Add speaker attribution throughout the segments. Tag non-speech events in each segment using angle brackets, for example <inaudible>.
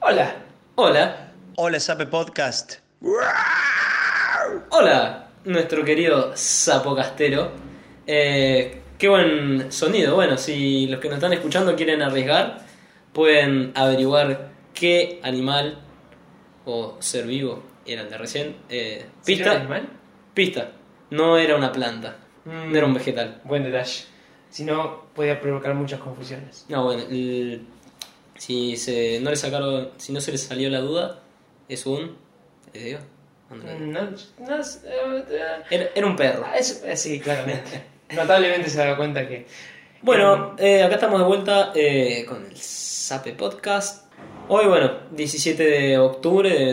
Speaker 1: Hola.
Speaker 2: Hola.
Speaker 3: Hola, Sape Podcast.
Speaker 2: Hola, nuestro querido sapocastero. Eh, qué buen sonido. Bueno, si los que nos están escuchando quieren arriesgar, pueden averiguar qué animal o ser vivo era el de recién. Eh,
Speaker 1: ¿Será un
Speaker 2: pista.
Speaker 1: animal?
Speaker 2: Pista. No era una planta.
Speaker 1: Mm.
Speaker 2: No era un vegetal.
Speaker 1: Buen detalle. Si no, podía provocar muchas confusiones.
Speaker 2: No, bueno. el- si se, no le sacaron, si no se les salió la duda, es un. ¿les digo? Androide.
Speaker 1: Mm, No, no, es- eh,
Speaker 2: Era, era un perro.
Speaker 1: eh, es- eh, sí,
Speaker 2: <laughs>
Speaker 1: claramente. Notablemente se da cuenta que. em,
Speaker 2: Bueno, eh, acá estamos de vuelta eh, con el Sape Podcast. Hoy, bueno, 17 de octubre de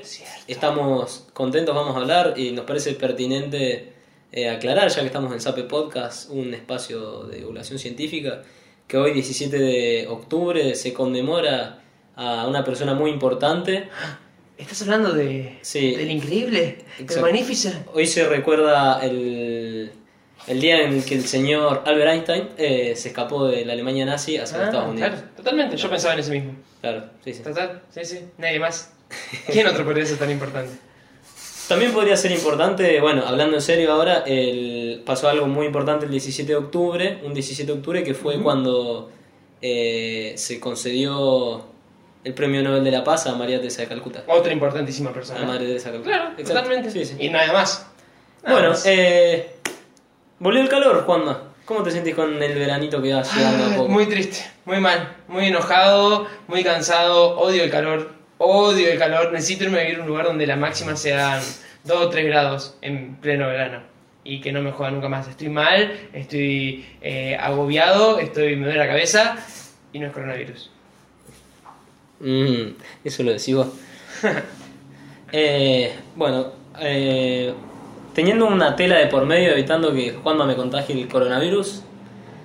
Speaker 1: Ah, Cierto.
Speaker 2: Estamos contentos, vamos a hablar y nos parece pertinente eh, aclarar, ya que estamos en Sape Podcast, un espacio de divulgación científica, que hoy, 17 de octubre, se conmemora a una persona muy importante.
Speaker 1: ¿Estás hablando de.
Speaker 2: Sí.
Speaker 1: del increíble?
Speaker 2: Exacto.
Speaker 1: ¿Del magnífica?
Speaker 2: Hoy se recuerda el, el día en que el señor Albert Einstein eh, se escapó de la Alemania nazi hacia
Speaker 1: Ah,
Speaker 2: Estados Unidos.
Speaker 1: claro, totalmente. Yo pensaba en ese mismo.
Speaker 2: Claro, sí, sí.
Speaker 1: Total, sí, sí. Nadie más. <laughs> ¿Quién otro podría ser tan importante?
Speaker 2: También podría ser importante, bueno, hablando en serio ahora, el, pasó algo muy importante el 17 de octubre, un 17 de octubre que fue cuando eh, se concedió el Premio Nobel de la Paz a María Teresa de Calcuta.
Speaker 1: Otra importantísima
Speaker 2: A
Speaker 1: persona.
Speaker 2: María Teresa de Calcuta.
Speaker 1: Claro,
Speaker 2: Exacto.
Speaker 1: totalmente.
Speaker 2: Sí, sí.
Speaker 1: Y nada más. Nada
Speaker 2: Bueno,
Speaker 1: más.
Speaker 2: eh, volvió el calor, Juanma. ¿Cómo te sentís con el veranito que va llegando a
Speaker 1: Ah,
Speaker 2: poco?
Speaker 1: Muy triste, muy mal, muy enojado, muy cansado, odio el calor, odio el calor, necesito irme a vivir a un lugar donde la máxima sean 2 o 3 grados en pleno verano y que no me joda nunca más. Estoy mal, estoy eh, agobiado, estoy me duele la cabeza y no es coronavirus.
Speaker 2: Mm, eso lo decís vos. <laughs> Eh, bueno, eh, teniendo una tela de por medio, evitando que Juanma me contagie el coronavirus,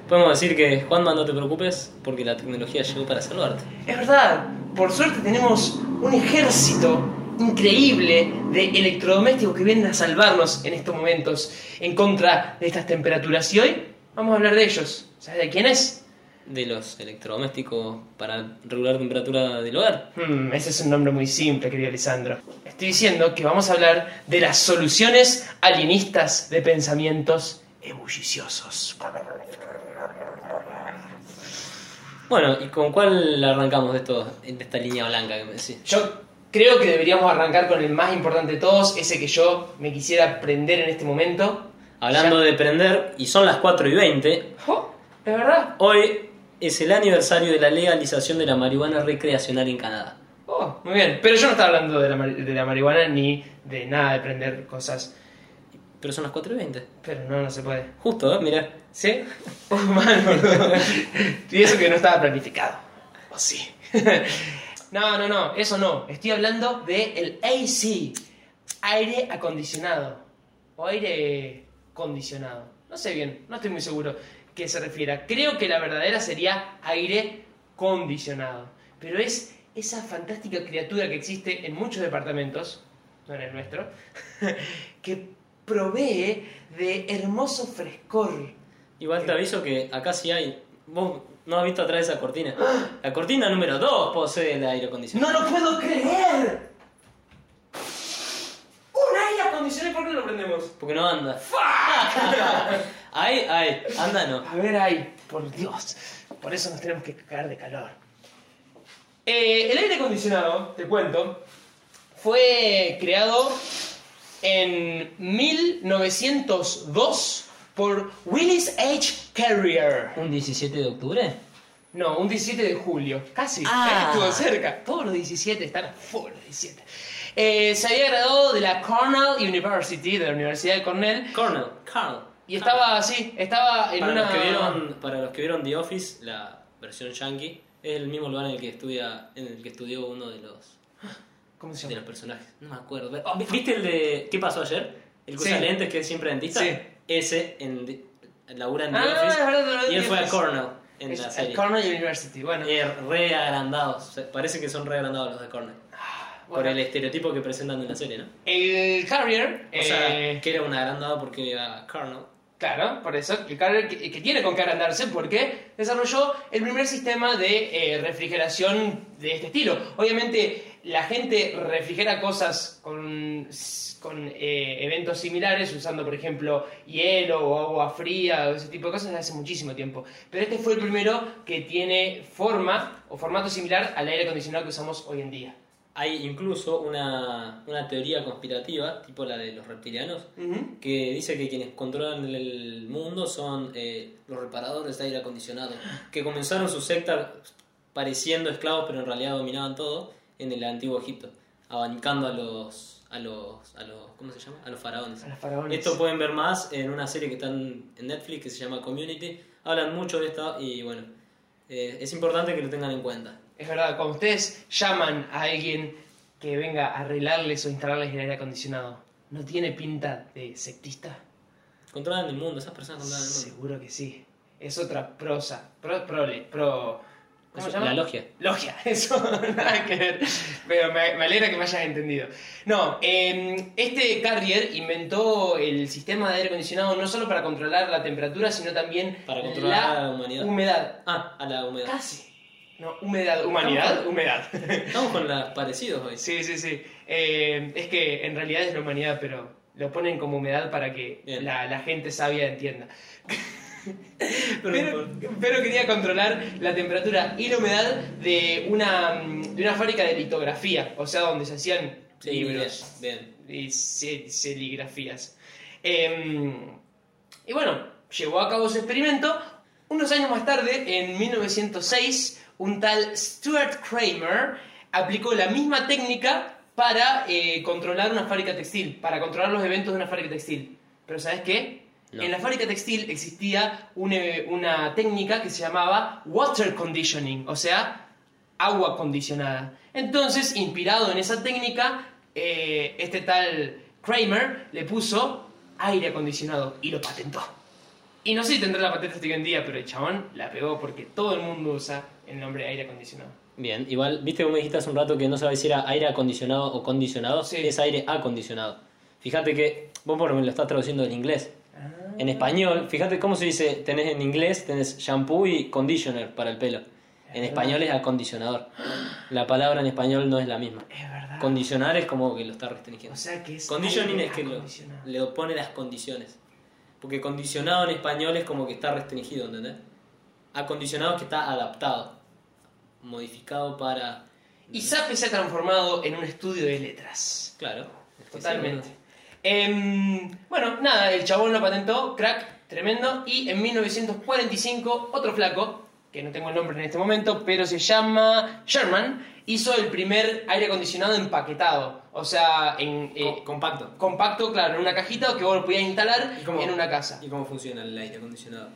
Speaker 2: podemos decir que Juanma no te preocupes porque la tecnología llegó para salvarte.
Speaker 1: Es verdad, por suerte tenemos un ejército increíble de electrodomésticos que vienen a salvarnos en estos momentos en contra de estas temperaturas. Y hoy vamos a hablar de ellos. ¿Sabes de quién es?
Speaker 2: De los electrodomésticos para regular temperatura del hogar.
Speaker 1: Hmm, ese es un nombre muy simple, querido Lisandro. Estoy diciendo que vamos a hablar de las soluciones alienistas de pensamientos ebulliciosos.
Speaker 2: Bueno, ¿y con cuál arrancamos de, estos- de esta línea blanca que me decís?
Speaker 1: Yo creo que deberíamos arrancar con el más importante de todos, ese que yo me quisiera prender en este momento.
Speaker 2: Hablando de prender, y son las 4 y 20,
Speaker 1: Oh, es verdad.
Speaker 2: hoy es el aniversario de la legalización de la marihuana recreacional en Canadá.
Speaker 1: Oh, muy bien. Pero yo no estaba hablando de la, mari- de la marihuana ni de nada de prender cosas.
Speaker 2: Pero son las 4 y 20.
Speaker 1: Pero no, no se puede.
Speaker 2: Justo, ¿eh? Mirá.
Speaker 1: ¿Sí? Oh, mal, boludo. <laughs> Y eso que no estaba planificado. ¿O sí? <laughs> No, no, no, eso no. Estoy hablando del AC, aire acondicionado. O aire condicionado. No sé bien, no estoy muy seguro qué se refiera. Creo que la verdadera sería aire condicionado. Pero es esa fantástica criatura que existe en muchos departamentos, no en el nuestro, <laughs> que provee de hermoso frescor.
Speaker 2: Igual te aviso que acá sí hay. Vos no has visto atrás de esa cortina. La cortina número 2 posee el aire acondicionado.
Speaker 1: ¡No lo puedo creer! ¡Un aire acondicionado! ¿Por qué no lo <laughs> prendemos?
Speaker 2: Porque no anda. ay, ay, anda no.
Speaker 1: A ver ahí, por Dios. Por eso nos tenemos que cagar de calor. Eh, el aire acondicionado, te cuento, fue creado en 1902 por Willis H. Carrier.
Speaker 2: ¿Un 17 de octubre?
Speaker 1: No, un 17 de julio, casi.
Speaker 2: Ah.
Speaker 1: Estuvo cerca. Todos los 17 están a full los 17. Eh, se había graduado de la Cornell University, de la Universidad de Cornell,
Speaker 2: Cornell, Carl.
Speaker 1: y estaba así, estaba en
Speaker 2: Para,
Speaker 1: una.
Speaker 2: los que vieron, para los que vieron The Office, la versión yankee, es el mismo lugar en el que estudia, en el que estudió uno de los,
Speaker 1: ¿Cómo se
Speaker 2: de los
Speaker 1: llama?
Speaker 2: personajes. No me acuerdo. Pero- oh, ¿Viste el de qué pasó ayer? El que
Speaker 1: Sí.
Speaker 2: usa lentes que es siempre dentista.
Speaker 1: Sí.
Speaker 2: Ese en The- labura en The
Speaker 1: Ah,
Speaker 2: Office.
Speaker 1: es verdad,
Speaker 2: y él fue a
Speaker 1: es-
Speaker 2: Cornell en
Speaker 1: es-
Speaker 2: la
Speaker 1: es
Speaker 2: serie.
Speaker 1: Cornell University, bueno.
Speaker 2: Eh, re agrandados. O sea, Parece que son re agrandados los de Cornell. Por
Speaker 1: Bueno.
Speaker 2: el estereotipo que presentan en la serie, ¿no?
Speaker 1: El Carrier.
Speaker 2: O sea,
Speaker 1: eh,
Speaker 2: que era un agrandado porque iba a Cornell.
Speaker 1: Claro, por eso explicar que, que tiene con qué agrandarse porque desarrolló el primer sistema de eh, refrigeración de este estilo. Obviamente la gente refrigera cosas con, con eh, eventos similares, usando por ejemplo hielo o agua fría o ese tipo de cosas desde hace muchísimo tiempo. Pero este fue el primero que tiene forma o formato similar al aire acondicionado que usamos hoy en día.
Speaker 2: Hay incluso una, una teoría conspirativa, tipo la de los reptilianos,
Speaker 1: Ujú.
Speaker 2: que dice que quienes controlan el- el mundo son eh, los reparadores de aire acondicionado, que comenzaron su secta pareciendo esclavos, pero en realidad dominaban todo en el antiguo Egipto, abanicando a los, a los, a los ¿cómo se llama? A los faraones.
Speaker 1: A los faraones.
Speaker 2: Esto pueden ver más en una serie que está en en Netflix que se llama Community. Hablan mucho de esta y bueno, eh, es importante que lo tengan en cuenta.
Speaker 1: Es verdad, cuando ustedes llaman a alguien que venga a arreglarles o instalarles el aire acondicionado, ¿no tiene pinta de sectista?
Speaker 2: Controlan el mundo, esas personas controlan el mundo.
Speaker 1: Seguro que sí. Es otra prosa. Pro, prole, pro. ¿Cómo se
Speaker 2: Eso,
Speaker 1: llama?
Speaker 2: La logia.
Speaker 1: Logia, <laughs> eso nada que ver. Pero me, me alegra que me hayas entendido. No, eh, este Carrier inventó el sistema de aire acondicionado no solo para controlar la temperatura, sino también
Speaker 2: Para controlar a la humanidad.
Speaker 1: humedad.
Speaker 2: Ah, a la humedad.
Speaker 1: Casi. No, humedad, humanidad, humedad.
Speaker 2: Estamos con los parecidos hoy.
Speaker 1: Sí, sí, sí. Eh, es que en realidad es la humanidad, pero lo ponen como humedad para que
Speaker 2: Bien.
Speaker 1: la, la gente sabia
Speaker 2: <laughs>
Speaker 1: entienda.
Speaker 2: Pero-
Speaker 1: Pero, pero quería controlar la temperatura y la humedad de una, mm, de una fábrica de litografía, o sea, donde se hacían
Speaker 2: Sí,
Speaker 1: libros
Speaker 2: bien,
Speaker 1: y ce- celigrafías. Eh, y bueno, llevó a cabo su experimento. Unos años más tarde, en 1906, un tal Stuart Kramer aplicó la misma técnica para eh, controlar una fábrica textil, para controlar los eventos de una fábrica textil. Pero ¿sabes qué?
Speaker 2: No.
Speaker 1: En la fábrica textil existía un, eh, una técnica que se llamaba water conditioning, o sea, agua acondicionada. Entonces, inspirado en esa técnica, eh, este tal Kramer le puso aire acondicionado y lo patentó. Y no sé si tendrá la patente hasta hoy en día, pero el chabón la pegó porque todo el mundo usa el nombre aire acondicionado.
Speaker 2: bien. Igual, viste como dijiste hace un rato que no sabes si era aire acondicionado o condicionado,
Speaker 1: Sí.
Speaker 2: es aire acondicionado. Fíjate que vos por me lo estás traduciendo en inglés.
Speaker 1: Ah,
Speaker 2: En español, fíjate cómo se dice, tenés en inglés, tenés shampoo y conditioner para el pelo. En español es acondicionador. La palabra en español no es la misma.
Speaker 1: Es verdad.
Speaker 2: Condicionar es como que lo está
Speaker 1: o
Speaker 2: restringiendo.
Speaker 1: sea que es
Speaker 2: Conditioning
Speaker 1: aire
Speaker 2: es que lo-
Speaker 1: acondicionado.
Speaker 2: le opone las condiciones. Porque condicionado en español es como que está restringido, ¿entendés? Acondicionado es que está adaptado, modificado para...
Speaker 1: Y Zape se ha transformado en un estudio de letras.
Speaker 2: Claro.
Speaker 1: Totalmente. Em, bueno, nada, el chabón lo patentó, crack, tremendo. Y en 1945, otro flaco, que no tengo el nombre en este momento, pero se llama Sherman, hizo el primer aire acondicionado empaquetado. O sea, en, eh,
Speaker 2: Co- compacto.
Speaker 1: compacto, claro, en una cajita que vos lo podías instalar
Speaker 2: ¿Y cómo-
Speaker 1: en una casa.
Speaker 2: ¿Y cómo funciona el aire acondicionado?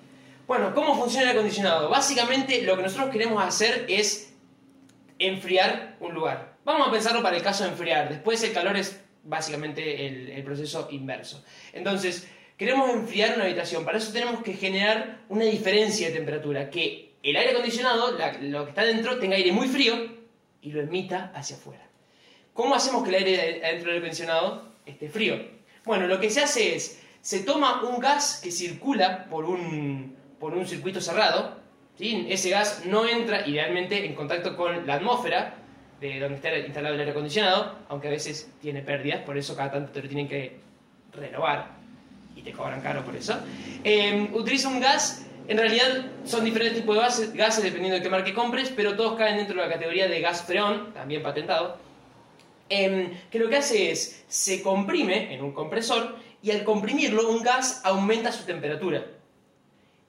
Speaker 1: Bueno, ¿cómo funciona el acondicionado? Básicamente lo que nosotros queremos hacer es enfriar un lugar. Vamos a pensarlo para el caso de enfriar. Después el calor es básicamente el, el proceso inverso. Entonces, queremos enfriar una habitación. Para eso tenemos que generar una diferencia de temperatura. Que el aire acondicionado, la- lo que está dentro, tenga aire muy frío y lo emita hacia afuera. ¿Cómo hacemos que el aire de- adentro del acondicionado esté frío? Bueno, lo que se hace es, se toma un gas que circula por un, por un circuito cerrado, ¿sí? ese gas no entra idealmente en contacto con la atmósfera de donde está instalado el aire acondicionado, aunque a veces tiene pérdidas, por eso cada tanto te lo tienen que renovar y te cobran caro por eso. Eh, utiliza un gas, en realidad son diferentes tipos de gases, gases dependiendo de qué marca compres, pero todos caen dentro de la categoría de gas freón, también patentado, em, que lo que hace es se comprime en un compresor y al comprimirlo un gas aumenta su temperatura.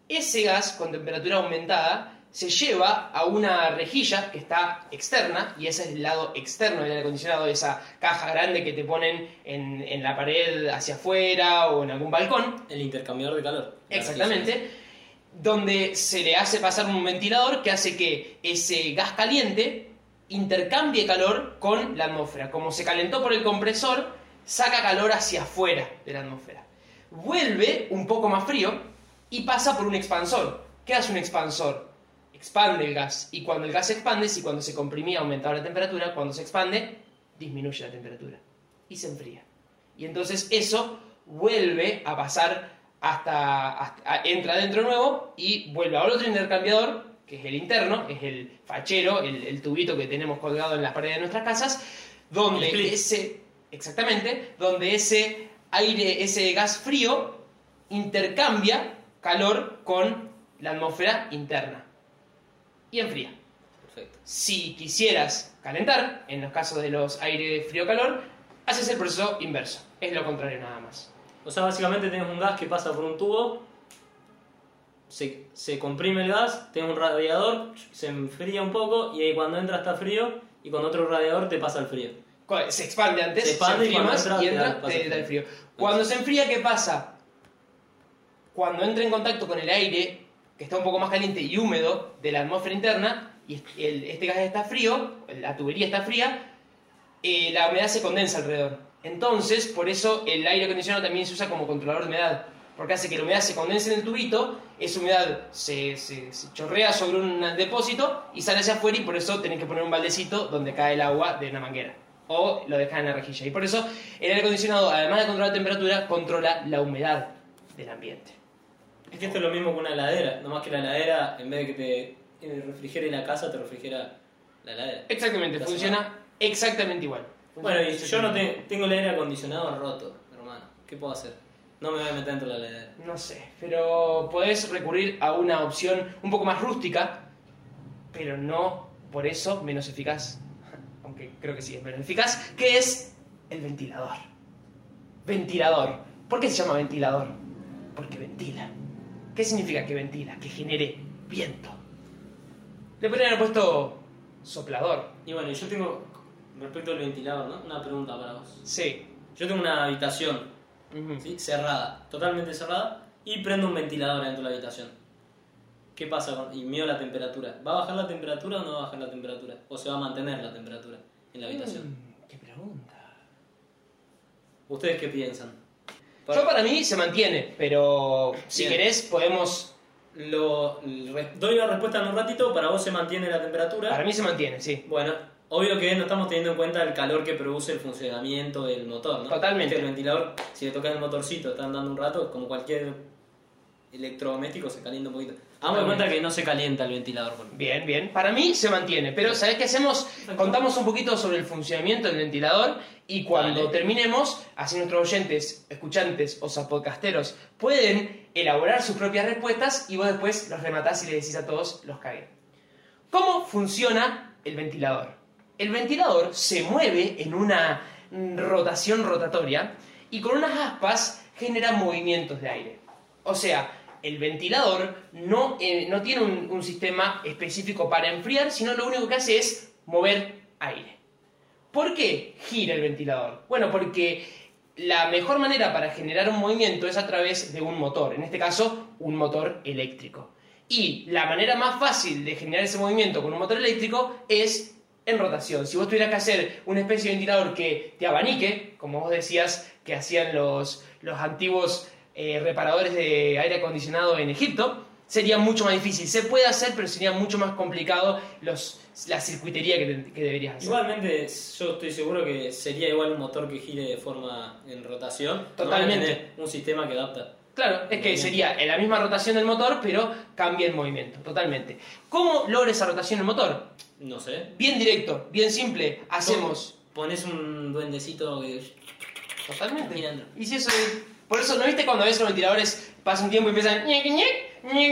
Speaker 1: Ese gas con temperatura aumentada se lleva a una rejilla que está externa y ese es el lado externo del aire acondicionado, esa caja grande que te ponen en, en la pared hacia afuera o en algún balcón.
Speaker 2: El intercambiador de calor.
Speaker 1: Exactamente. Donde se le hace pasar un ventilador que hace que ese gas caliente intercambie calor con la atmósfera. Como se calentó por el compresor, saca calor hacia afuera de la atmósfera. Vuelve un poco más frío y pasa por un expansor. ¿Qué hace un expansor? Expande el gas. Y cuando el gas se expande, si cuando se comprimía aumentaba la temperatura, cuando se expande, disminuye la temperatura y se enfría. Y entonces eso vuelve a pasar hasta, hasta- a- entra dentro nuevo y vuelve a otro intercambiador, que es el interno, es el fachero, el, el tubito que tenemos colgado en las paredes de nuestras casas, donde
Speaker 2: El split.
Speaker 1: ese, exactamente, donde ese aire, ese gas frío intercambia calor con la atmósfera interna y enfría.
Speaker 2: Perfecto.
Speaker 1: Si quisieras calentar, en los casos de los aire frío-calor, haces el proceso inverso. Es lo contrario nada más.
Speaker 2: O sea, básicamente tenés un gas que pasa por un tubo, se, se comprime el gas, tenés un radiador, se enfría un poco y ahí cuando entra está frío y con otro radiador te pasa el frío.
Speaker 1: Co- Se expande antes,
Speaker 2: Se
Speaker 1: se,
Speaker 2: expande y
Speaker 1: enfría
Speaker 2: cuando
Speaker 1: más
Speaker 2: entra
Speaker 1: y
Speaker 2: te
Speaker 1: entra,
Speaker 2: da- pasa
Speaker 1: te
Speaker 2: el
Speaker 1: da el
Speaker 2: frío.
Speaker 1: frío. Cuando se enfría, ¿qué pasa? Cuando entra en contacto con el aire, que está un poco más caliente y húmedo de la atmósfera interna, y est- el- este gas está frío, la tubería está fría, eh, la humedad se condensa alrededor. Entonces, por eso el aire acondicionado también se usa como controlador de humedad, porque hace que la humedad se condense en el tubito, esa humedad se, se- se chorrea sobre un depósito y sale hacia afuera y por eso tenés que poner un baldecito donde cae el agua de una manguera. O lo dejas en la rejilla. Y por eso el aire acondicionado, además de controlar la temperatura, controla la humedad del ambiente.
Speaker 2: Es que esto es lo mismo que una heladera, nomás que la heladera en vez de que te eh, refrigere la casa, te refrigera la heladera.
Speaker 1: Exactamente,
Speaker 2: Está
Speaker 1: funciona exactamente igual. Funciona
Speaker 2: Bueno, y yo no
Speaker 1: exactamente
Speaker 2: te- tengo el aire acondicionado roto, hermano. ¿Qué puedo hacer? No me voy a meter dentro de la heladera.
Speaker 1: No sé, pero podés recurrir a una opción un poco más rústica, pero no por eso menos eficaz, aunque creo que sí es menos eficaz, que es el ventilador. Ventilador. ¿Por qué se llama ventilador? Porque ventila. ¿Qué significa que ventila? Que genere viento. Le podrían haber puesto soplador.
Speaker 2: Y bueno, y yo tengo, respecto al ventilador, ¿no? Una pregunta para vos.
Speaker 1: Sí.
Speaker 2: Yo tengo una habitación
Speaker 1: Ujú.
Speaker 2: ¿sí? cerrada, totalmente cerrada, y prendo un ventilador dentro de la habitación. ¿Qué pasa? Con, y mido la temperatura. ¿Va a bajar la temperatura o no va a bajar la temperatura? ¿O se va a mantener la temperatura en la habitación?
Speaker 1: Mm, qué pregunta.
Speaker 2: ¿Ustedes qué piensan?
Speaker 1: Yo para mí se mantiene, pero si
Speaker 2: Bien.
Speaker 1: querés podemos...
Speaker 2: Lo, re- doy la respuesta en un ratito, para vos se mantiene la temperatura.
Speaker 1: Para mí se mantiene, sí.
Speaker 2: Bueno, obvio que no estamos teniendo en cuenta el calor que produce el funcionamiento del motor, ¿no?
Speaker 1: Totalmente.
Speaker 2: Que el ventilador, si le tocas el motorcito, está andando un rato, como cualquier electrodoméstico, se calienta un poquito. Hagamos de cuenta que no se calienta el ventilador. por-
Speaker 1: Bien, bien. Para mí se mantiene, pero ¿sabés qué hacemos? Contamos un poquito sobre el funcionamiento del ventilador y cuando
Speaker 2: Dale.
Speaker 1: terminemos, así nuestros oyentes, escuchantes o zapodcasteros pueden elaborar sus propias respuestas y vos después los rematás y le decís a todos, los cagué. ¿Cómo funciona el ventilador? El ventilador se mueve en una mm, rotación rotatoria y con unas aspas genera movimientos de aire. O sea, el ventilador no, eh, no tiene un, un sistema específico para enfriar, sino lo único que hace es mover aire. ¿Por qué gira el ventilador? Bueno, porque la mejor manera para generar un movimiento es a través de un motor, en este caso un motor eléctrico. Y la manera más fácil de generar ese movimiento con un motor eléctrico es en rotación. Si vos tuvieras que hacer una especie de ventilador que te abanique, como vos decías que hacían los, los antiguos eh, reparadores de aire acondicionado en Egipto, sería mucho más difícil. Se puede hacer, pero sería mucho más complicado los, la circuitería que, te- que deberías hacer.
Speaker 2: Igualmente, yo estoy seguro que sería igual un motor que gire de forma en rotación. ¿no?
Speaker 1: Totalmente.
Speaker 2: Tener Un sistema que adapta.
Speaker 1: Claro, es que
Speaker 2: Bien.
Speaker 1: sería en la misma rotación del motor, pero cambia el movimiento, totalmente. ¿Cómo logra esa rotación el motor?
Speaker 2: No sé.
Speaker 1: Bien directo, bien simple, hacemos.
Speaker 2: Pones un duendecito que
Speaker 1: Totalmente.
Speaker 2: Mirando.
Speaker 1: Y si eso es- Por eso, ¿no viste cuando a veces los ventiladores pasan un tiempo y empiezan. ñe, ñe, ñe, ñe,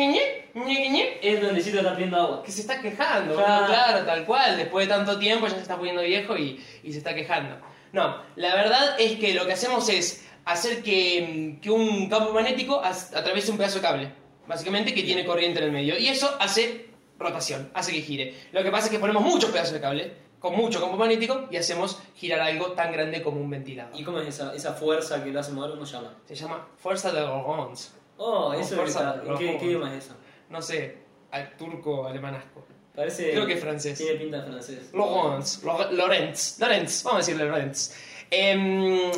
Speaker 1: ñe, ñe?
Speaker 2: el duendecito está pidiendo agua.
Speaker 1: Que se está quejando,
Speaker 2: Claro.
Speaker 1: boludo, claro, tal cual. Después de tanto tiempo ya se está poniendo viejo y, y se está quejando. No, la verdad es que lo que hacemos es hacer que, mm, que un campo magnético as- atraviese un pedazo de cable, básicamente que tiene corriente en el medio. Y eso hace rotación, hace que gire. Lo que pasa es que ponemos muchos pedazos de cable, con mucho campo magnético, y hacemos girar algo tan grande como un ventilador.
Speaker 2: ¿Y cómo es esa, esa fuerza que lo hace mover? ¿Cómo se llama?
Speaker 1: Se llama fuerza de Gorgons.
Speaker 2: Oh,
Speaker 1: Con
Speaker 2: eso es
Speaker 1: fuerza,
Speaker 2: verdad.
Speaker 1: rojo.
Speaker 2: ¿Qué, ¿Qué idioma es eso?
Speaker 1: No sé, al turco alemanasco.
Speaker 2: Parece.
Speaker 1: Creo que es francés.
Speaker 2: Tiene pinta de francés.
Speaker 1: Lorenz, Lor- Lorenz, Lorenz, vamos a decirle Lorenz. Em,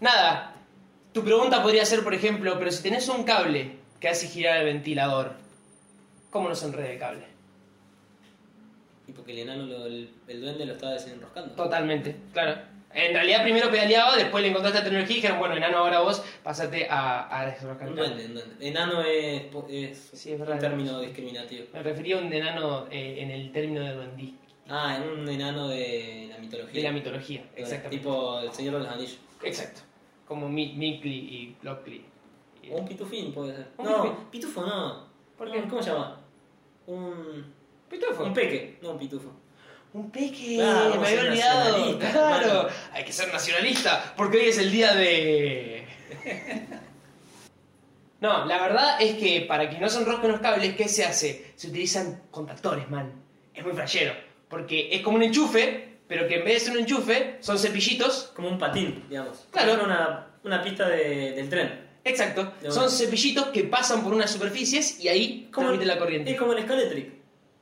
Speaker 1: nada, tu pregunta podría ser, por ejemplo, pero si tenés un cable que hace girar el ventilador, ¿cómo no se enreda el cable?
Speaker 2: Y porque el enano, lo- el, el duende lo está desenroscando.
Speaker 1: Totalmente, claro. En realidad primero pedaleaba, después le encontraste la tecnología y dijeron, bueno, enano, ahora vos pasate a, a
Speaker 2: No
Speaker 1: electromecánica.
Speaker 2: entiendo, no entiendo. Enano es, po- es
Speaker 1: Sí, es
Speaker 2: un
Speaker 1: verdad.
Speaker 2: término discriminativo.
Speaker 1: Me refería a un enano eh, en el término de duendí,
Speaker 2: Ah, en un enano de la
Speaker 1: de
Speaker 2: mitología.
Speaker 1: la mitología. Exactamente.
Speaker 2: Tipo el Señor de los Anillos.
Speaker 1: Exacto. Como Mi- Mikli y Blockly. Y-
Speaker 2: O un pitufín puede ser.
Speaker 1: Un
Speaker 2: no,
Speaker 1: pitufín.
Speaker 2: pitufo no.
Speaker 1: ¿Por qué?
Speaker 2: No, ¿Cómo se llama? Un.
Speaker 1: Pitufo.
Speaker 2: Un peque, no un pitufo.
Speaker 1: Un peque,
Speaker 2: Claro,
Speaker 1: me
Speaker 2: vamos a
Speaker 1: había
Speaker 2: ser
Speaker 1: olvidado.
Speaker 2: nacionalistas,
Speaker 1: Claro,
Speaker 2: hermano.
Speaker 1: hay que ser nacionalista, porque hoy es el día <laughs> de. No, la verdad es que para que no se enrosquen los cables, ¿qué se hace? Se utilizan contactores, man. Es muy flashero. Porque es como un enchufe, pero que en vez de ser un enchufe, son cepillitos.
Speaker 2: Como un patín, digamos.
Speaker 1: Claro.
Speaker 2: Como una, una pista de- del tren.
Speaker 1: Exacto,
Speaker 2: De
Speaker 1: son
Speaker 2: una.
Speaker 1: cepillitos que pasan por unas superficies y ahí
Speaker 2: Como
Speaker 1: transmite la corriente.
Speaker 2: Es como el Scaletric.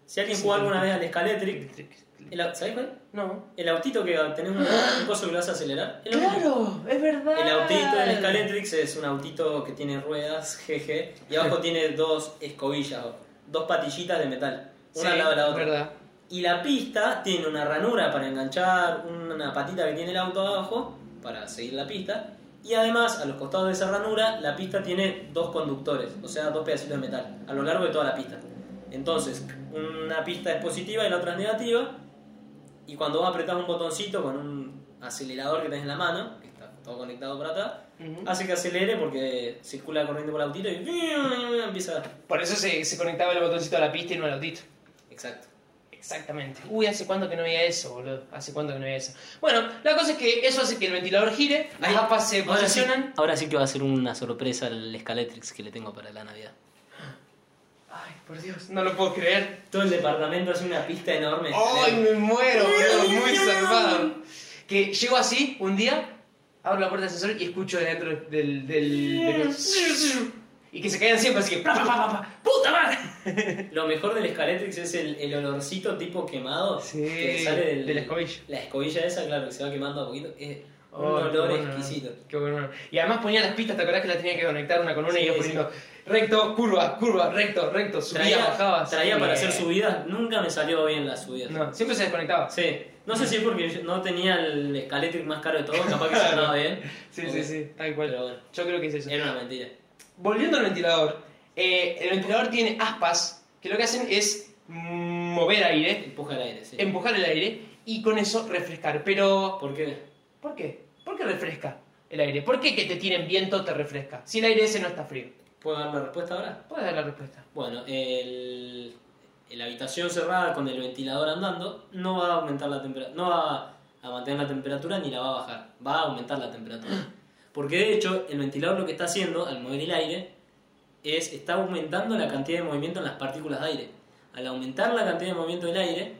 Speaker 2: Si alguien
Speaker 1: Sí,
Speaker 2: jugó
Speaker 1: sí.
Speaker 2: alguna vez al Scaletric, el, au- ¿sabés cuál?
Speaker 1: No.
Speaker 2: El autito que tenés un, un coso que lo vas a acelerar. El autito.
Speaker 1: Claro, es verdad.
Speaker 2: El autito del Scaletrix es un autito que tiene ruedas, jeje,
Speaker 1: <laughs>
Speaker 2: y abajo tiene dos escobillas, o dos patillitas de metal, una
Speaker 1: Sí,
Speaker 2: al lado de la otra.
Speaker 1: verdad.
Speaker 2: Y la pista tiene una ranura para enganchar una patita que tiene el auto abajo para seguir la pista. Y además, a los costados de esa ranura, la pista tiene dos conductores, o sea, dos pedacitos de metal, a lo largo de toda la pista. Entonces, una pista es positiva y la otra es negativa. Y cuando vos apretás un botoncito con un acelerador que tenés en la mano, que está todo conectado para atrás,
Speaker 1: Ujú.
Speaker 2: hace que acelere porque circula la corriente por el autito y <laughs> empieza.
Speaker 1: Por eso se, se conectaba el botoncito a la pista y no al autito.
Speaker 2: Exacto.
Speaker 1: Exactamente. Uy, hace cuánto que no veía eso, boludo. Hace cuánto que no veía eso. Bueno, la cosa es que eso hace que el ventilador gire, las
Speaker 2: Ahí.
Speaker 1: gafas se
Speaker 2: Ahora sí-
Speaker 1: posicionan.
Speaker 2: ahora sí que va a ser una sorpresa el Scalatrix que le tengo para la Navidad.
Speaker 1: Ay, por Dios, no lo puedo creer.
Speaker 2: Todo el departamento hace una pista enorme.
Speaker 1: Ay, me muero, boludo. Muy salvado. Que llego así un día, abro la puerta del ascensor y escucho de dentro del. del, del- y que se caigan siempre, así que. ¡pa, pa, pa, pa, pa! ¡Puta madre!
Speaker 2: Lo mejor del Scalatrix es el, el olorcito tipo quemado
Speaker 1: Sí,
Speaker 2: que sale del-
Speaker 1: de la escobilla.
Speaker 2: La escobilla esa, claro, que se va quemando a poquito. Es un
Speaker 1: Oh, qué
Speaker 2: olor
Speaker 1: bueno,
Speaker 2: exquisito.
Speaker 1: Qué bueno. olor. Y además ponía las pistas, ¿te acordás que las tenía que conectar una con una y
Speaker 2: Sí,
Speaker 1: iba
Speaker 2: sí.
Speaker 1: poniendo recto, curva, curva, recto, recto, subía,
Speaker 2: traía
Speaker 1: bajaba.
Speaker 2: traía
Speaker 1: subía.
Speaker 2: para hacer subidas, nunca me salió bien las subidas.
Speaker 1: No, siempre se desconectaba.
Speaker 2: Sí, no sé si es porque yo no tenía el Scalatrix más caro de todos, capaz
Speaker 1: <laughs>
Speaker 2: que sonaba bien.
Speaker 1: Sí,
Speaker 2: Porque-
Speaker 1: sí, sí, tal cual.
Speaker 2: Pero bueno,
Speaker 1: Yo creo que es eso.
Speaker 2: era una mentira.
Speaker 1: Volviendo al ventilador, eh, el ventilador tiene aspas que lo que hacen es mover aire,
Speaker 2: Empuja el aire, sí.
Speaker 1: empujar el aire y con eso refrescar. Pero,
Speaker 2: ¿Por qué?
Speaker 1: ¿por qué? ¿Por qué refresca el aire? ¿Por qué que te tiren viento te refresca? Si el aire ese no está frío.
Speaker 2: ¿Puedo dar la respuesta ahora?
Speaker 1: Puedes dar la respuesta.
Speaker 2: Bueno, el, la habitación cerrada con el ventilador andando no va a aumentar la temperatura, no va a mantener la temperatura ni la va a bajar, va a aumentar la temperatura. Porque de hecho, el ventilador lo que está haciendo al mover el aire es está aumentando la cantidad de movimiento en las partículas de aire. Al aumentar la cantidad de movimiento del aire,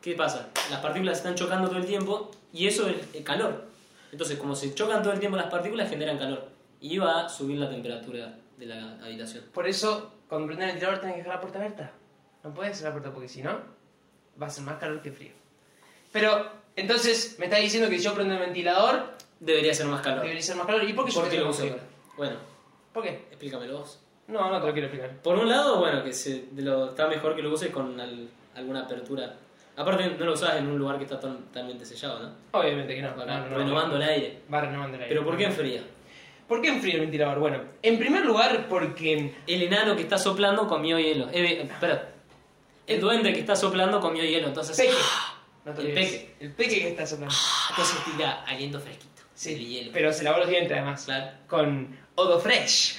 Speaker 2: ¿qué pasa? Las partículas están chocando todo el tiempo y eso es el calor. Entonces, como se chocan todo el tiempo las partículas, generan calor y va a subir la temperatura de la habitación.
Speaker 1: Por eso, cuando prendes el ventilador, tenés que dejar la puerta abierta. No puedes cerrar la puerta porque si no, va a ser más calor que frío. Pero, entonces, me estás diciendo que si yo prendo el ventilador,
Speaker 2: Debería ser más calor.
Speaker 1: debería ser más calor. ¿Y por qué yo
Speaker 2: ¿Por qué
Speaker 1: tengo
Speaker 2: lo
Speaker 1: más
Speaker 2: uso?
Speaker 1: frío?
Speaker 2: Bueno,
Speaker 1: ¿Por qué?
Speaker 2: explícamelo vos.
Speaker 1: No, no te lo quiero explicar.
Speaker 2: Por un lado, bueno, que se, de lo, está mejor que lo uses con al- alguna apertura. Aparte, no lo usas en un lugar que está tan- totalmente sellado, ¿no?
Speaker 1: Obviamente que no.
Speaker 2: Para-
Speaker 1: no, no, no.
Speaker 2: renovando el aire.
Speaker 1: Va renovando el aire.
Speaker 2: Pero ¿por qué enfría?
Speaker 1: ¿Por qué enfría el ventilador? Bueno, en primer lugar, porque
Speaker 2: El enano que está soplando comió hielo. Eh, eh, espera. El duende que está soplando comió hielo, entonces
Speaker 1: peque. No te
Speaker 2: El
Speaker 1: olvides.
Speaker 2: peque.
Speaker 1: El peque que está soplando.
Speaker 2: entonces tira aliento fresquito. El hielo.
Speaker 1: pero se lavó los dientes además.
Speaker 2: Claro.
Speaker 1: Con Odo Fresh.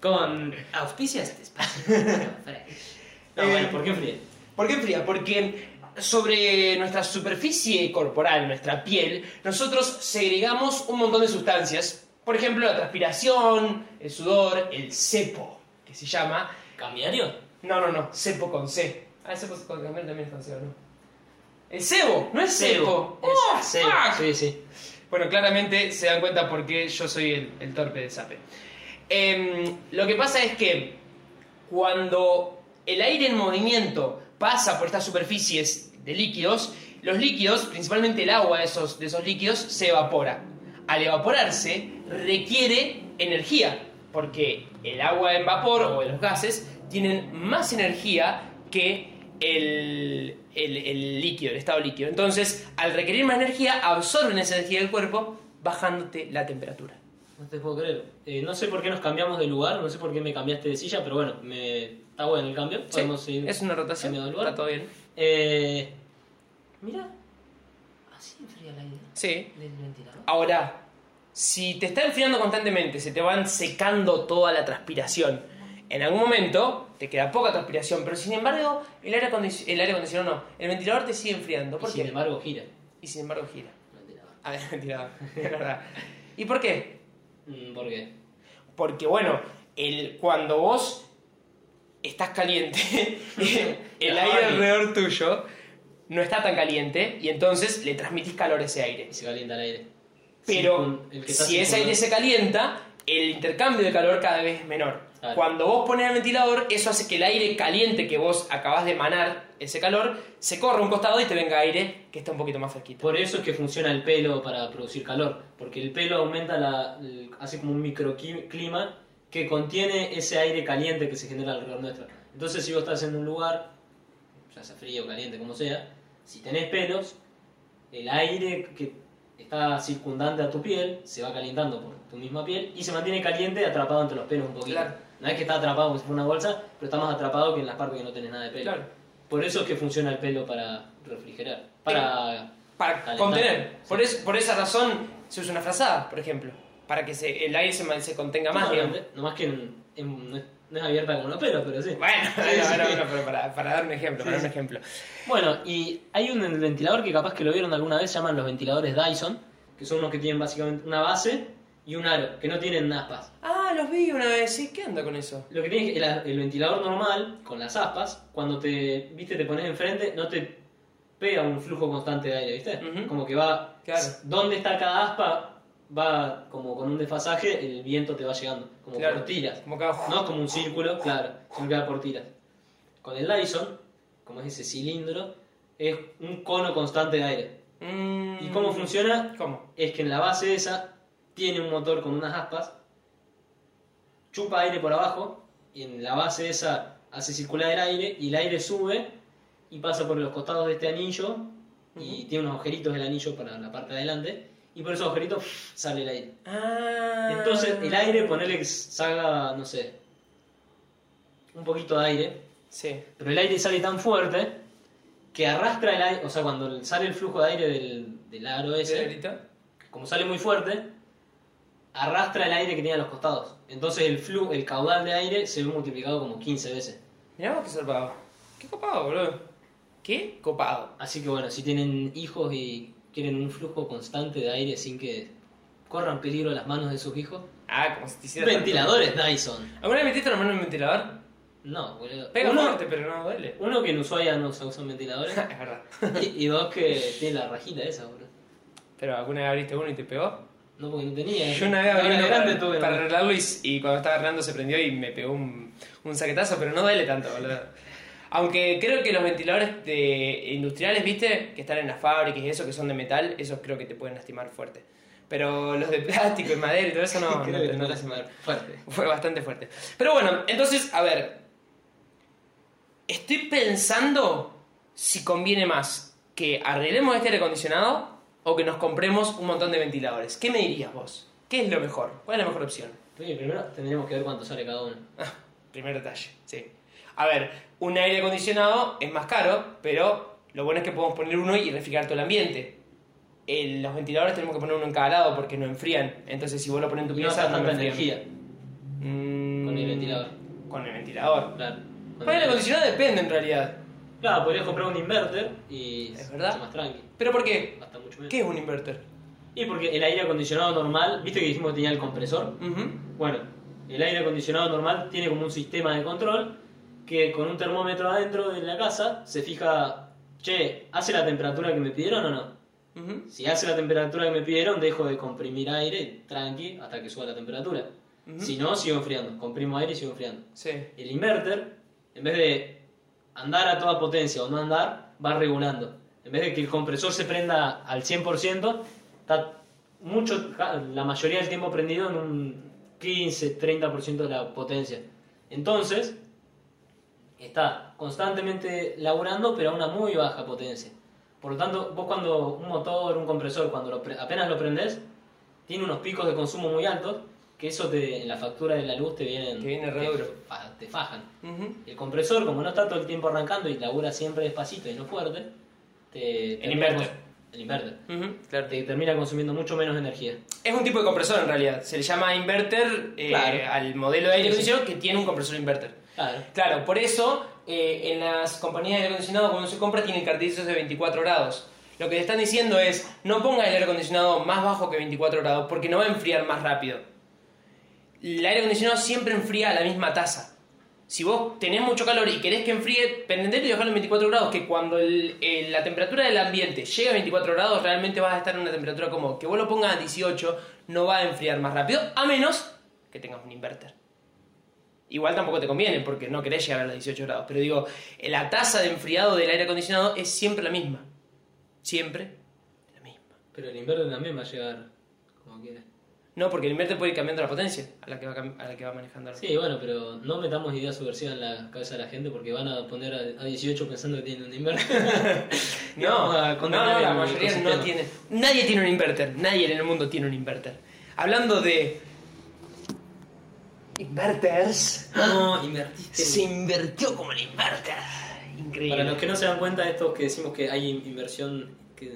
Speaker 2: Con auspicia
Speaker 1: <laughs>
Speaker 2: este espacio. no,
Speaker 1: Eh,
Speaker 2: bueno, ¿por qué enfría?
Speaker 1: ¿Por qué fría? Porque sobre nuestra superficie corporal, nuestra piel, nosotros segregamos un montón de sustancias. Por ejemplo, la transpiración, el sudor, el cepo, que se llama.
Speaker 2: ¿Cambiario?
Speaker 1: No, no, no, cepo con C. Ah, el cepo con también también es con C, ¿o ¿no? El cebo, no es cepo.
Speaker 2: Es
Speaker 1: ¡Oh,
Speaker 2: cebo.
Speaker 1: fuck!
Speaker 2: Sí, sí.
Speaker 1: Bueno, claramente se dan cuenta por qué yo soy el, el torpe de Sape. Em, lo que pasa es que cuando el aire en movimiento pasa por estas superficies de líquidos, los líquidos, principalmente el agua de esos, de esos líquidos, se evapora. Al evaporarse requiere energía, porque el agua en vapor o en los gases tienen más energía que el, el- el líquido, el estado líquido. Entonces, al requerir más energía, absorben esa energía del cuerpo, bajándote la temperatura.
Speaker 2: No te puedo creer. Eh, no sé por qué nos cambiamos de lugar, no sé por qué me cambiaste de silla, pero bueno, me... está bueno el cambio.
Speaker 1: Sí,
Speaker 2: Podemos seguir
Speaker 1: es una rotación,
Speaker 2: cambiando de lugar.
Speaker 1: está todo bien.
Speaker 2: Eh, mira, así enfría la idea
Speaker 1: Sí.
Speaker 2: del ventilador.
Speaker 1: Ahora, si te está enfriando constantemente, se te van secando toda la transpiración. En algún momento te queda poca transpiración, pero sin embargo, el aire, acondici- el aire acondicionado no, el ventilador te sigue enfriando.
Speaker 2: Y
Speaker 1: ¿Por
Speaker 2: sin
Speaker 1: qué?
Speaker 2: embargo, gira.
Speaker 1: Y sin embargo gira.
Speaker 2: el ventilador.
Speaker 1: A ver, ventilador, <laughs> es verdad. ¿Y por qué?
Speaker 2: Mm, ¿Por qué?
Speaker 1: Porque bueno, el, cuando vos estás caliente, <laughs> el
Speaker 2: La
Speaker 1: aire
Speaker 2: Barbie.
Speaker 1: alrededor tuyo no está tan caliente y entonces le transmitís calor a ese aire.
Speaker 2: Y se calienta el aire.
Speaker 1: Pero
Speaker 2: Circun- el que está
Speaker 1: si ese
Speaker 2: circulando.
Speaker 1: aire se calienta, el intercambio de calor cada vez es menor.
Speaker 2: Claro.
Speaker 1: Cuando vos pones el ventilador, eso hace que el aire caliente que vos acabás de emanar, ese calor, se corra a un costado y te venga aire que está un poquito más fresquito.
Speaker 2: Por eso es que funciona el pelo para producir calor, porque el pelo aumenta la, el- hace como un microclima que contiene ese aire caliente que se genera alrededor nuestro. Entonces, si vos estás en un lugar, ya sea frío, caliente, como sea, si tenés pelos, el aire que está circundante a tu piel se va calentando por tu misma piel y se mantiene caliente atrapado entre los pelos un poquito.
Speaker 1: Claro.
Speaker 2: No es que está atrapado como si fuera una bolsa, pero está más atrapado que en las partes que no tenés nada de pelo.
Speaker 1: Claro.
Speaker 2: Por eso es que funciona el pelo para refrigerar, para
Speaker 1: Para
Speaker 2: Calentar.
Speaker 1: contener. Por, es- por esa razón se usa una frazada, por ejemplo. Para que se- el aire se, ma- se contenga más,
Speaker 2: No,
Speaker 1: digamos.
Speaker 2: no más que en- en- no, es, no es abierta como los pelos, pero sí.
Speaker 1: Bueno,
Speaker 2: Sí,
Speaker 1: bueno,
Speaker 2: sí.
Speaker 1: bueno, bueno, pero para, para dar un ejemplo, para dar un ejemplo.
Speaker 2: Bueno, y hay un ventilador que capaz que lo vieron alguna vez, llaman los ventiladores Dyson, que son unos que tienen básicamente una base y un aro, que no tienen aspas.
Speaker 1: Ah, los vi una vez, sí, ¿qué anda con eso?
Speaker 2: Lo que tiene el, el ventilador normal, con las aspas, cuando te, viste, te pones enfrente, no te pega un flujo constante de aire, ¿viste?
Speaker 1: Ujú.
Speaker 2: Como que va,
Speaker 1: Claro.
Speaker 2: dónde está cada aspa, va como con un desfasaje, el viento te va llegando, como
Speaker 1: Claro.
Speaker 2: por tiras.
Speaker 1: Como cada-
Speaker 2: No es como un círculo, claro, sino que va por tiras. Con el Dyson, como es ese cilindro, es un cono constante de aire.
Speaker 1: Mm.
Speaker 2: ¿Y cómo funciona?
Speaker 1: ¿Cómo?
Speaker 2: Es que en la base esa tiene un motor con unas aspas, chupa aire por abajo, y en la base esa hace circular el aire, y el aire sube y pasa por los costados de este anillo, y tiene unos agujeritos del anillo para la parte de adelante, y por esos agujeritos sale el aire.
Speaker 1: Ah.
Speaker 2: Entonces, el aire, ponerle que salga, no sé, un poquito de aire,
Speaker 1: Sí.
Speaker 2: pero el aire sale tan fuerte que arrastra el aire, o sea, cuando sale el flujo de aire del, del aro ese,
Speaker 1: ¿Ahorita?
Speaker 2: como sale muy fuerte, arrastra el aire que tiene a los costados. Entonces, el flu, el caudal de aire se ve multiplicado como 15 veces.
Speaker 1: Mirá vos qué zarpado. Qué copado, boludo. ¿Qué? Copado.
Speaker 2: Así que bueno, si tienen hijos y quieren un flujo constante de aire sin que corran peligro las manos de sus hijos,
Speaker 1: Ah, como si te hiciera.
Speaker 2: ventiladores Dyson.
Speaker 1: tanto. ¿Alguna vez metiste la mano en un ventilador?
Speaker 2: No, boludo.
Speaker 1: Pega
Speaker 2: Uno-
Speaker 1: fuerte, pero no duele. <laughs>
Speaker 2: Uno que en Ushuaia no se usan ventiladores
Speaker 1: es verdad.
Speaker 2: y, y dos que tiene la rajita esa, bro.
Speaker 1: ¿Pero alguna vez abriste uno y te pegó?
Speaker 2: No porque no tenía. eh.
Speaker 1: Yo una vez abrí
Speaker 2: Ahora
Speaker 1: uno
Speaker 2: grande
Speaker 1: para,
Speaker 2: tuve.
Speaker 1: para arreglarlo y, y cuando estaba arreglando se prendió y me pegó un, un saquetazo, pero no duele tanto, boludo. Aunque creo que los ventiladores de- industriales, viste, que están en las fábricas y eso, que son de metal, esos creo que te pueden lastimar fuerte. Pero los de plástico y madera y todo eso no, no,
Speaker 2: <laughs> Creo que
Speaker 1: te- no
Speaker 2: no
Speaker 1: te
Speaker 2: la
Speaker 1: hacen mal.
Speaker 2: Fuerte.
Speaker 1: Fue bastante fuerte. Pero bueno, entonces, a ver. Estoy pensando si conviene más que arreglemos este aire acondicionado o que nos compremos un montón de ventiladores. ¿Qué me dirías vos? ¿Qué es lo mejor? ¿Cuál es la mejor opción? <laughs>
Speaker 2: Oye, primero tendríamos que ver cuánto sale cada uno.
Speaker 1: Ah, primer detalle, sí. A ver, un aire acondicionado es más caro, pero lo bueno es que podemos poner uno y refrigerar todo el ambiente. El- los ventiladores tenemos que poner uno en cada lado porque no enfrían. Entonces, si vos lo pones en tu
Speaker 2: Y no
Speaker 1: pieza,
Speaker 2: gastas
Speaker 1: no
Speaker 2: tanta
Speaker 1: enfrían.
Speaker 2: energía.
Speaker 1: Mm,
Speaker 2: Con el ventilador.
Speaker 1: Con el ventilador.
Speaker 2: Claro.
Speaker 1: Para el acondicionado depende en realidad.
Speaker 2: Claro, podrías comprar un inverter y
Speaker 1: Es verdad.
Speaker 2: mucho más tranqui.
Speaker 1: ¿Pero por qué?
Speaker 2: Gasta mucho menos.
Speaker 1: ¿Qué es un inverter?
Speaker 2: Y porque el aire acondicionado normal, viste que dijimos que tenía el compresor.
Speaker 1: Ujú.
Speaker 2: Bueno, el aire acondicionado normal tiene como un sistema de control que con un termómetro adentro de la casa se fija, che, ¿hace la temperatura que me pidieron o no?
Speaker 1: Ujú.
Speaker 2: Si hace la temperatura que me pidieron, dejo de comprimir aire tranqui hasta que suba la temperatura.
Speaker 1: Ujú.
Speaker 2: Si no, sigo enfriando. Comprimo aire y sigo enfriando.
Speaker 1: Sí.
Speaker 2: El inverter, en vez de andar a toda potencia o no andar, va regulando. En vez de que el compresor se prenda al 100%, está mucho, la mayoría del tiempo prendido en un 15-30% de la potencia. Entonces, está constantemente laburando, pero a una muy baja potencia. Por lo tanto, vos cuando un motor, un compresor, cuando lo pre- apenas lo prendés, tiene unos picos de consumo muy altos, que eso te, en la factura de la luz te vienen...
Speaker 1: Te viene re
Speaker 2: te
Speaker 1: duro.
Speaker 2: fa- te fajan.
Speaker 1: Ujú.
Speaker 2: El compresor, como no está todo el tiempo arrancando y labura siempre despacito y no fuerte, te... termina
Speaker 1: inverter.
Speaker 2: cons- El inverter.
Speaker 1: Ujú, claro.
Speaker 2: Te termina consumiendo mucho menos energía.
Speaker 1: Es un tipo de compresor en realidad. Se le llama inverter eh,
Speaker 2: Claro.
Speaker 1: al modelo de aire
Speaker 2: Sí, sí.
Speaker 1: acondicionado que tiene un compresor inverter.
Speaker 2: Claro.
Speaker 1: Claro, por eso eh, en las compañías de aire acondicionado cuando se compra tienen cartelitos de 24 grados. Lo que le están diciendo es no ponga el aire acondicionado más bajo que 24 grados porque no va a enfriar más rápido. El aire acondicionado siempre enfría a la misma tasa. Si vos tenés mucho calor y querés que enfríe, prendelo y dejalo en 24 grados, que cuando el- el- la temperatura del ambiente llegue a 24 grados, realmente vas a estar en una temperatura como que vos lo pongas a 18, no va a enfriar más rápido, a menos que tengas un inverter. Igual tampoco te conviene porque no querés llegar a los 18 grados. Pero digo, eh, la tasa de enfriado del aire acondicionado es siempre la misma. Siempre la misma.
Speaker 2: Pero el inverter también va a llegar como quiera.
Speaker 1: No, porque el inverter puede ir cambiando la potencia a la que va, cam- a la que va manejando. la-
Speaker 2: Sí, bueno, pero no metamos ideas subversivas en la cabeza de la gente porque van a poner a a 18 pensando que tienen un
Speaker 1: <laughs>
Speaker 2: inverter.
Speaker 1: No,
Speaker 2: Vamos a
Speaker 1: no,
Speaker 2: condenar
Speaker 1: no, la
Speaker 2: el
Speaker 1: mayoría no
Speaker 2: ecosistema.
Speaker 1: tiene. Nadie tiene un inverter. Nadie en el mundo tiene un inverter. Hablando de. Inverters.
Speaker 2: No, invertiste.
Speaker 1: Se invirtió como el inverter. Increíble.
Speaker 2: Para los que no se dan cuenta, estos que decimos que hay in- inversión, que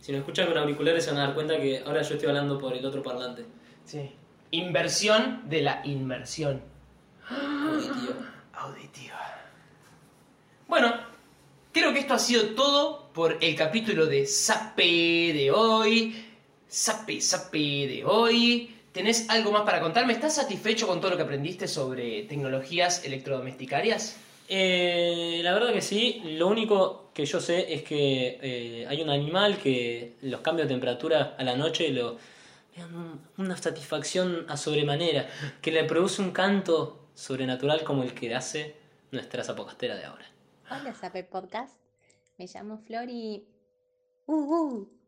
Speaker 2: si nos escuchan con auriculares se van a dar cuenta que ahora yo estoy hablando por el otro parlante.
Speaker 1: Sí. Inversión de la inmersión.
Speaker 2: Auditivo.
Speaker 1: auditiva. Bueno, creo que esto ha sido todo por el capítulo de Sape de hoy. Sape, Sape de hoy. ¿Tenés algo más para contarme? ¿Estás satisfecho con todo lo que aprendiste sobre tecnologías electrodomesticarias?
Speaker 2: Eh, la verdad que sí, lo único que yo sé es que eh, hay un animal que los cambios de temperatura a la noche lo, le dan un- una satisfacción a sobremanera, que le produce un canto sobrenatural como el que hace nuestra zapocastera de ahora.
Speaker 3: Hola, Sape Podcast. Me llamo Flor y. ¡Uh, uh!